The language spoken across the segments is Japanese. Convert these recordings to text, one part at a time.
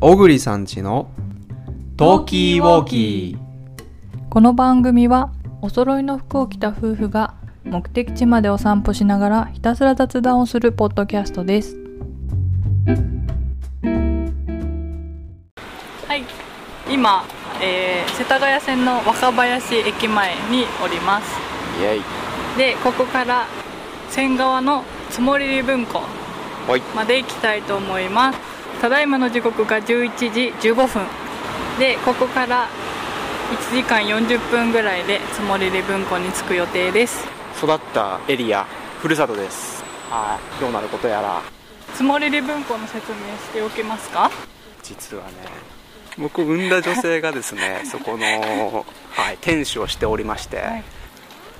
小栗さんちのトーキーウォーキーこの番組はお揃いの服を着た夫婦が目的地までお散歩しながらひたすら雑談をするポッドキャストですはい今、えー世田谷線の若林駅前におりますイエイでここから仙川のつもりり文庫はいまで行きたいと思いますただいまの時刻が11時15分でここから1時間40分ぐらいでつもりり文庫に着く予定です育ったエリアふるさとですはいどうなることやらつもりり文庫の説明しておきますか実はね僕を産んだ女性がです ねそこの、はい、店主をしておりまして、はい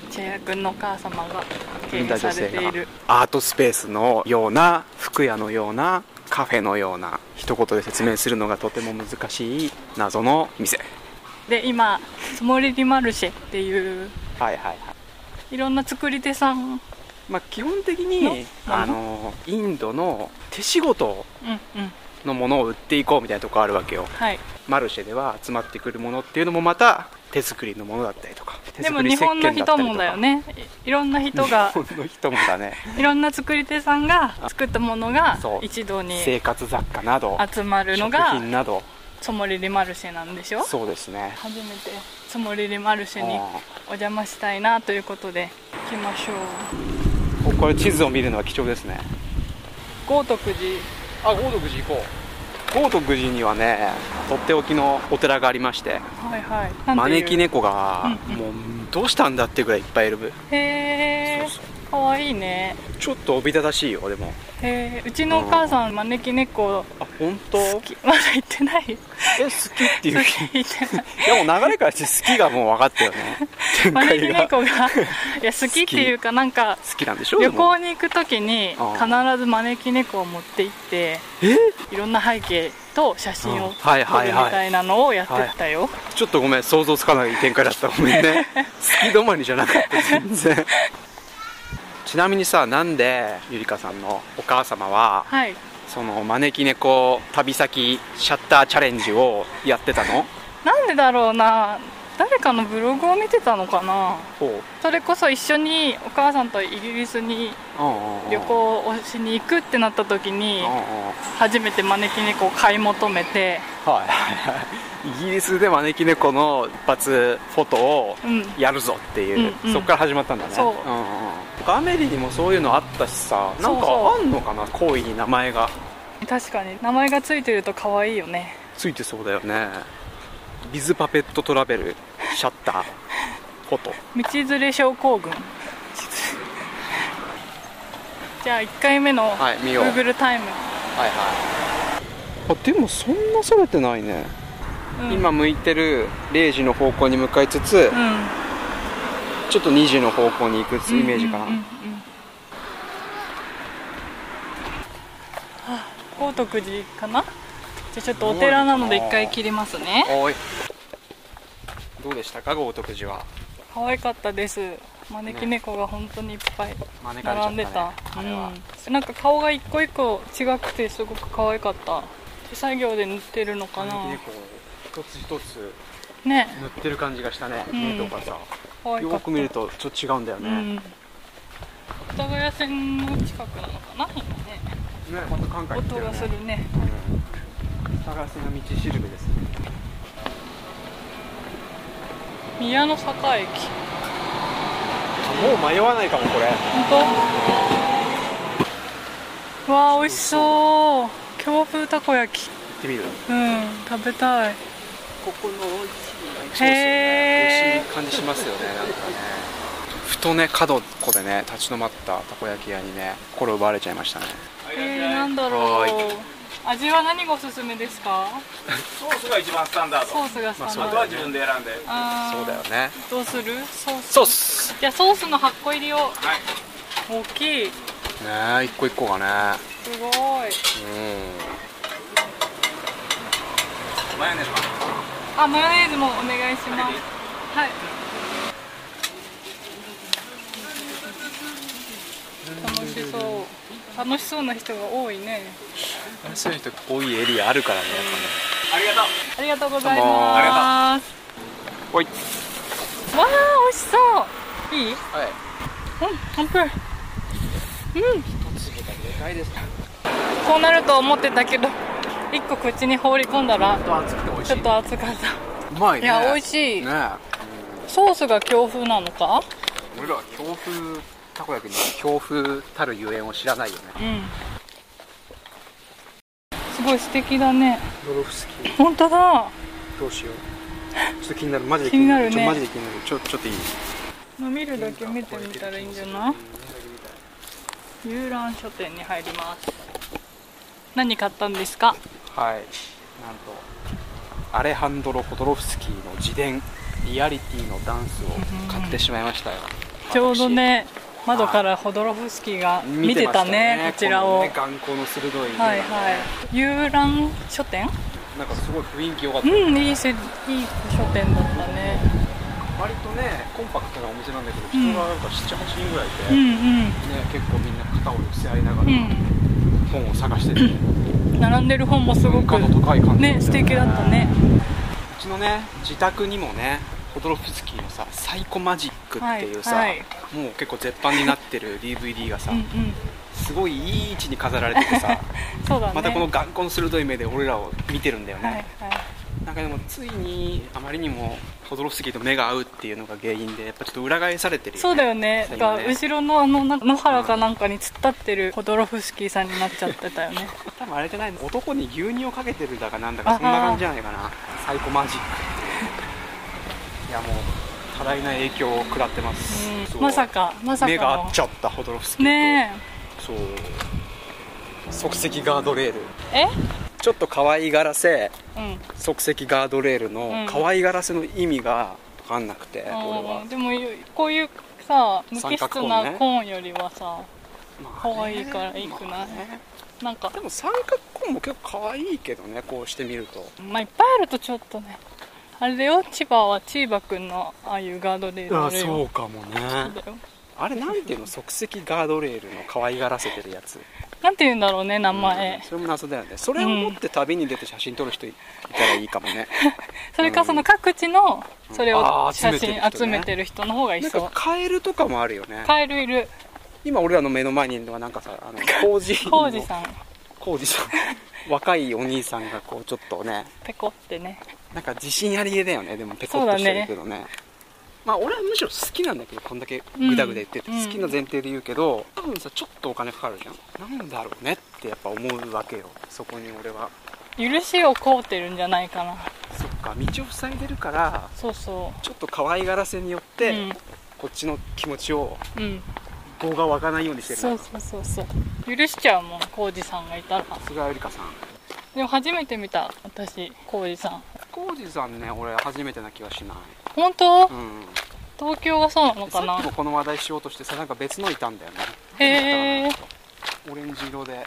千早君のお母様が経産ん営ださ女れ性ているがアートスペースのような服屋のようなカフェのような一言で説明するのがとても難しい謎の店で今つもりりマルシェっていうはいはいはいいろんな作り手さん、うんまあ、基本的のにあのインドの手仕事うん、のものを売っていこうみたいなとこあるわけよはいマルシェでは集まってくるものっていうのもまた手作りのものだったりとか手でも作り日石本の鹸ったり人とかもだよねいいろんな人が 日本の人もだねいろんな作り手さんが作ったものがそう一堂に生活雑貨など集まるの食が品などつもりりマルシェなんでしょそうですね初めてつもりりマルシェにあお邪魔したいなということで行きましょうーこれ地図を見るのは貴重ですね豪徳寺あ豪徳寺行こう豪徳寺にはねとっておきのお寺がありましてはいはいなんていう招き猫がうんもうどうしたんだってぐらいいっぱいいるへえそうかわいいねちょっとおびただしいよでもへえうちのお母さん招き猫あ本当好きまだ行ってないえ好きって いう行っ てないでも流れからして好きがもう分か ったよね展招き開が猫好がいや好きっていうかなんかきなんでしょ旅でも行に行く時にあ必ず招き猫を持って行ってえいろんな背景と写真うをん撮はるいみはいはいたいなのをやってたよ、ちょっとごめん想像つかない展開だったごめん ね好き止まりじゃなかった全然ちなみにさなんでゆりかさんのお母様ははいその招き猫旅先シャッターチャレンジをやってたのなんでだろうな誰かのブログを見てたのかなほうそれこそ一緒にお母さんとイギリスにうんうんうん旅行をしに行くってなった時にうんうん初めて招き猫を買い求めてはいはいはいイギリスで招き猫の一発フォトをうんやるぞっていう、うんうんそこから始まったんだねそうんんガメリにもそういうのあったしさなんそうかそあうんのかな行為に名前が確かに名前がついてると可愛いよねついてそうだよねビズパペットトラベルシャッターフォト道連れ症候群じゃあ1回目のはい見よう Google タイム、はいはいあでもそんなそれてないね、うん今向いてる0時の方向に向かいつつ、うんちょっと2時の方向に行くイメージかな、うんうんうんうんあ豪徳寺かなじゃあちょっとお寺なので一回切りますねおいどうでしたか豪徳寺は可愛かったです招き猫が本当にいっぱい招かれちゃった並んねでたあれは、うん、なんか顔が一個一個違くてすごく可愛かった手作業で塗ってるのかな招き猫を一つ一つね塗ってる感じがしたね、うん目とかさ可愛かったよく見るとちょっと違うんだようね,、ん世田谷線の近くなのかな今ねねまた感慨音がするね探すの道しるべですね宮の坂駅もう迷わないかもこれ本当わあ美味しそう京風たこ焼き行ってみるうん食べたいここの美味しいそうっすよねへ美味ーしい感じしますよねなんかねふとね角っこでね立ち止まったたこ焼き屋にね心奪われちゃいましたねえー、なんだはろーう味は何がおすすめですかソースが一番スタンダードソースがスタンまああダとーは自分で選んでドそうだよあねーどうするソースそうっすじゃあソースの8個入りをはい大きいね一個一個がねすごいうんマヨネーズはあマヨネーズもお願いしますはい楽しそう楽しそうな人が多いね楽しそういう人多いエリアあるからねやっありがとうありがとうございどうもありがますぱねおいわあ美味しそういいはいうん乾杯うん粒がでかいですこうなると思ってたけど一個口に放り込んだらと熱くて美味ちょっと熱かったうまいいねや美味しいねソースが強風なのか俺らは強風たこ焼きに強風たるゆえんを知らないよねうんすごい素敵だねドロフスキー本当だどうしようちょっと気になるマジで気になるねちょマジで気になるちょちょっといいまあ見るだけ見てみたらいいんじゃない遊覧書店に入ります何買ったんですかはいなんとアレハンドロ・ホドロフスキーの自伝「リアリティのダンス」を買ってしまいましたよちょうどね窓からホドロフスキーが見てたねこちらを、見てましたねこのね眼光の鋭い目がはいはい遊覧書店なんかすごい雰囲気良かっうたんいいせいい書店だったね割とねコンパクトなお店なんだけどうん人がなんか78人ぐらいいて、うね、ん結構みんな肩を寄せ合いながうらん本を探してて、うん並んでる本もすご文く化の高い感じだよね素敵だったねうちのね自宅にもねホドロフスキーのさ「サイコマジック」っていうさ、はいはいもう結構絶版になってる DVD がさ、うんうんすごいいい位置に飾られててさそうだねまたこの眼光の鋭い目で俺らを見てるんだよね、はいはいなんかでもついにあまりにもホドロフスキーと目が合うっていうのが原因でやっぱちょっと裏返されてるそようだねよねそうだがよね後ろのあのなんか野原かなんかに突っ立ってるホドロフスキーさんになっちゃってたよね多分あれじゃないの男に牛乳をかけてるだかなんだあかはそんな感じじゃないかなサイコマジックっていう いやもう多大な影響を食らってます、うそんうまさかまさか目のが合っちゃったホドロフスキーとねそう即席ガードレールええちょっと可愛がらせうん即席ガードレールうんの可愛がらせの意味が分かんなくて、俺あはー、でもこういうさ無機三質角コーンねなコーンよりはさまあ可愛いからいいくないまあねなんかでも三角コーンも結構可愛いけどねこうしてみるとまあいっぱいあるとちょっとねあれだよ千葉はチーバくんのああいうガードレールあるようかもそうねだよあれなんていうの即席ガードレールの可愛がらせてるやつなんて言うんだろうね名前、うんそれも謎だよねそれを持って旅に出て写真撮る人いたらいいかもねそれかその各地のそれあをー集め写てる人真ね集めてる人の方がいなんそう、かカエルとかもあるよねカエルいる今俺らの目の前にいるのはなんかさあの工事浩二さん工事さん 若いお兄さんがこうちょっとねペコってねなんか自信ありげだよねでもペコッとしてるけどねまあ俺はむしろ好きなんだけどこんだけグダグダ言ってて、うん好きな前提で言うけど多分さちょっとお金かかるじゃんなんだろうねってやっぱ思うわけよそこに俺は許しをこうてるんじゃないかなそっか道を塞いでるからそうそちょっと可愛がらせによっうて、こっちの気持ちをうん、うん、棒が湧かないようにしてるそなうそうそうそう許しちゃうもん浩二さんがいたら菅谷由香さんでも初めて見た私浩二さん浩二さんね俺初めてな気はしない本当うん東京がそうなのかさっなきもこの話題しようとしてさなんか別のいたんだよねへえオレンジ色で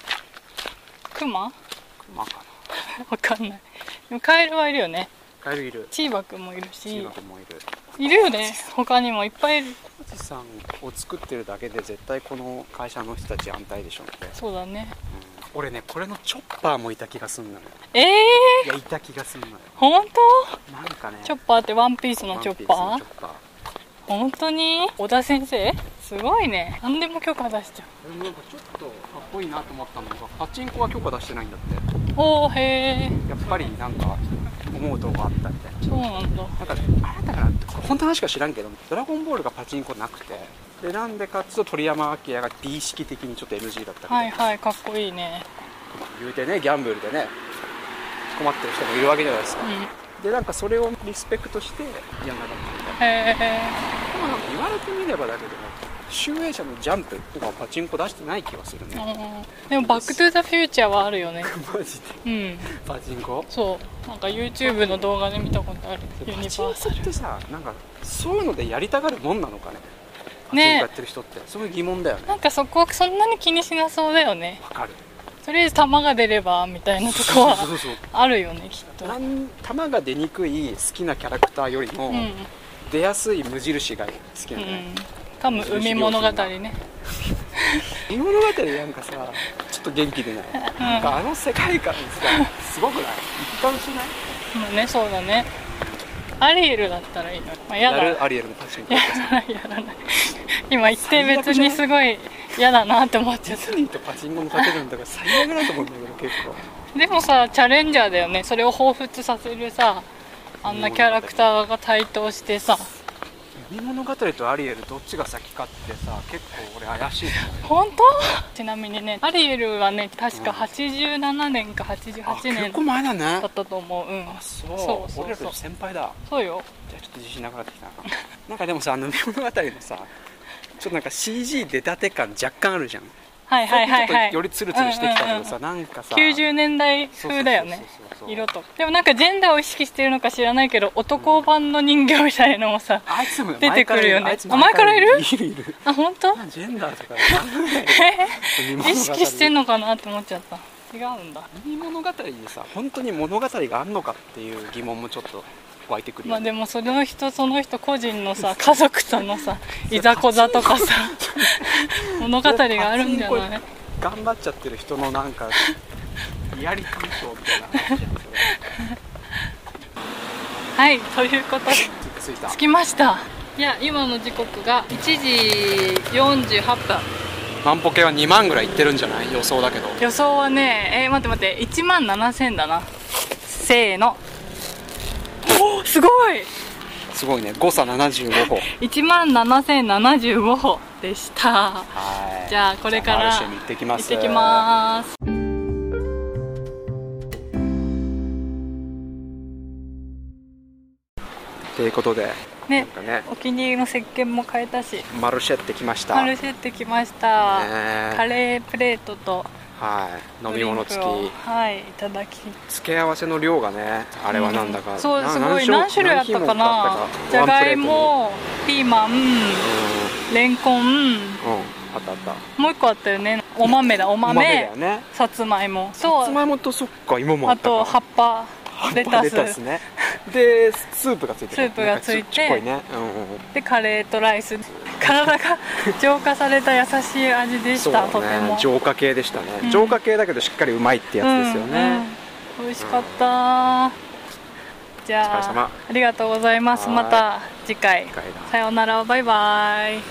クマわ熊かなかんないでもカエルはいるよねカエルいるチーバくんもいるチーしバくんもいるいるよね他にもいっぱいいる浩二さんを作ってるだけで絶対この会社の人たち安泰でしょうね、そうだねうん俺ねこれのチョッパーもいた気がすんのよええいやいた気がすんのよー、本なんかね当チョッパーってワンピースのチョッパワーンピースのチョッパー本当に小田先生すごいね何でも許可出しちゃでもなんかちょっとかっこいいなと思ったのがパチンコは許可出してないんだってうおおへえやっぱりなんか思うとこがあったみたいなそうなんだなんかあれだから本当の話か知らんけど「ドラゴンボール」がパチンコなくてでなんでかっつうと鳥山明が美意識的にちょっと NG だったみたはいいなはいかっこいいね言うてねギャンブルでね困ってる人もいるわけじゃないですうかんでなんかそれをリスペクトしてやんなかったみたいへえなでもなんか言われてみればだけど集英社のジャンプとかはパチンコ出してない気がするねでも「バック・トゥ・ザ・フューチャー」はあるよねマジでうんパチンコそうなんか YouTube の動画で見たことあるユニバパーチンコサルってさなんかそういうのでやりたがるもんなのかねパチンコねやってる人ってすごい疑問だよねなんかそこそんなに気にしなそうだよねわかるとりあえず球が出ればみたいなとこ はそうそうそうあるよねきっとな、ん球が出にくい好きなキャラクターよりも、うん出やすい無印が好きうなんだね、ん、かむ海物語ねい物語なんかさちょっと元気出ない、なんかあの世界観さすごくない一貫しないまあねそうだねアリエルだったらいいのにまあ、ややだるアリエルのパチンコやらない やらない今言って別にすごい嫌だなって思っちゃっディとパチンコのかけるんだから最悪だと思うんだけど結構たでもさチャレンジャーだよねそれを彷彿させるさあんなキャラクターが台頭してさ海物語とアリエルどっちが先かってさ結構俺怪しいと思う本当ちなみにねアリエルはね確か87年かあ88結年構前だねだったと思ううんあそうそうそうそう俺らの先輩だそうよじゃあちょっと自信なくなってきたななんかでもさあの海物語のさちょっとなんか CG 出たて感若干あるじゃんはいはいはいちょはっいとよりツルツルしてきたけどさ、うんうんうんなんかさ90年代風だよそねうそうそうそう色とでもなんかジェンダーを意識してるのか知らないけど男版の人形みたいのもさあいつも出てくるよね前からいあいつあ前からいるいるいるあ本当ジェンダーとか 意識してんののかなって思っちゃった違うんだ海物語にさ本当に物語があんのかっていう疑問もちょっと湧いてくるよまあね、でもその人その人個人のさ家族とのさいざこざとか さ物語があるんじゃパチなンいコ頑張っちゃってる人のなんかリアリティショーみたいな話なんですよねはいということでついた着きましたいや今の時刻が1時48分万歩計は2万ぐらいいってるんじゃない予想だけど予想はねえー、待って待って1万7000だなせーのおーすごいすごいね誤差75個1万7075歩でしたはいじゃあこれかじゃあマらルシェに行ってきます行ってきますということでなんねかねお気に入りの石鹸も買えたしマルシェってきましたマルシェってきました、ねカレープレートとはい、飲ドみリンクを物付きはいいただき付け合わせの量がねあれはなんだか、うんそうなすご種い何種類あったかな何品目じあゃったかがいもピーマンワンレンコプレートにンうん、うん、あったあったもう一個あったよねお豆だお豆だよねさつまいもさとつまいもとそっか芋もああったかと葉っぱレタレスタス ねでスープがついてるスープがつないてんかちっちゃいね、うんうんうん、でカレーとライス体が 浄化された優しい味でそしうだた、とてもね浄化系でしたね、うん浄化系だけどしっかりうまいってやつですよね、うんうん美味しかった、じゃお疲れ様あありがとうございますはいまた次回次回ださようならバイバイ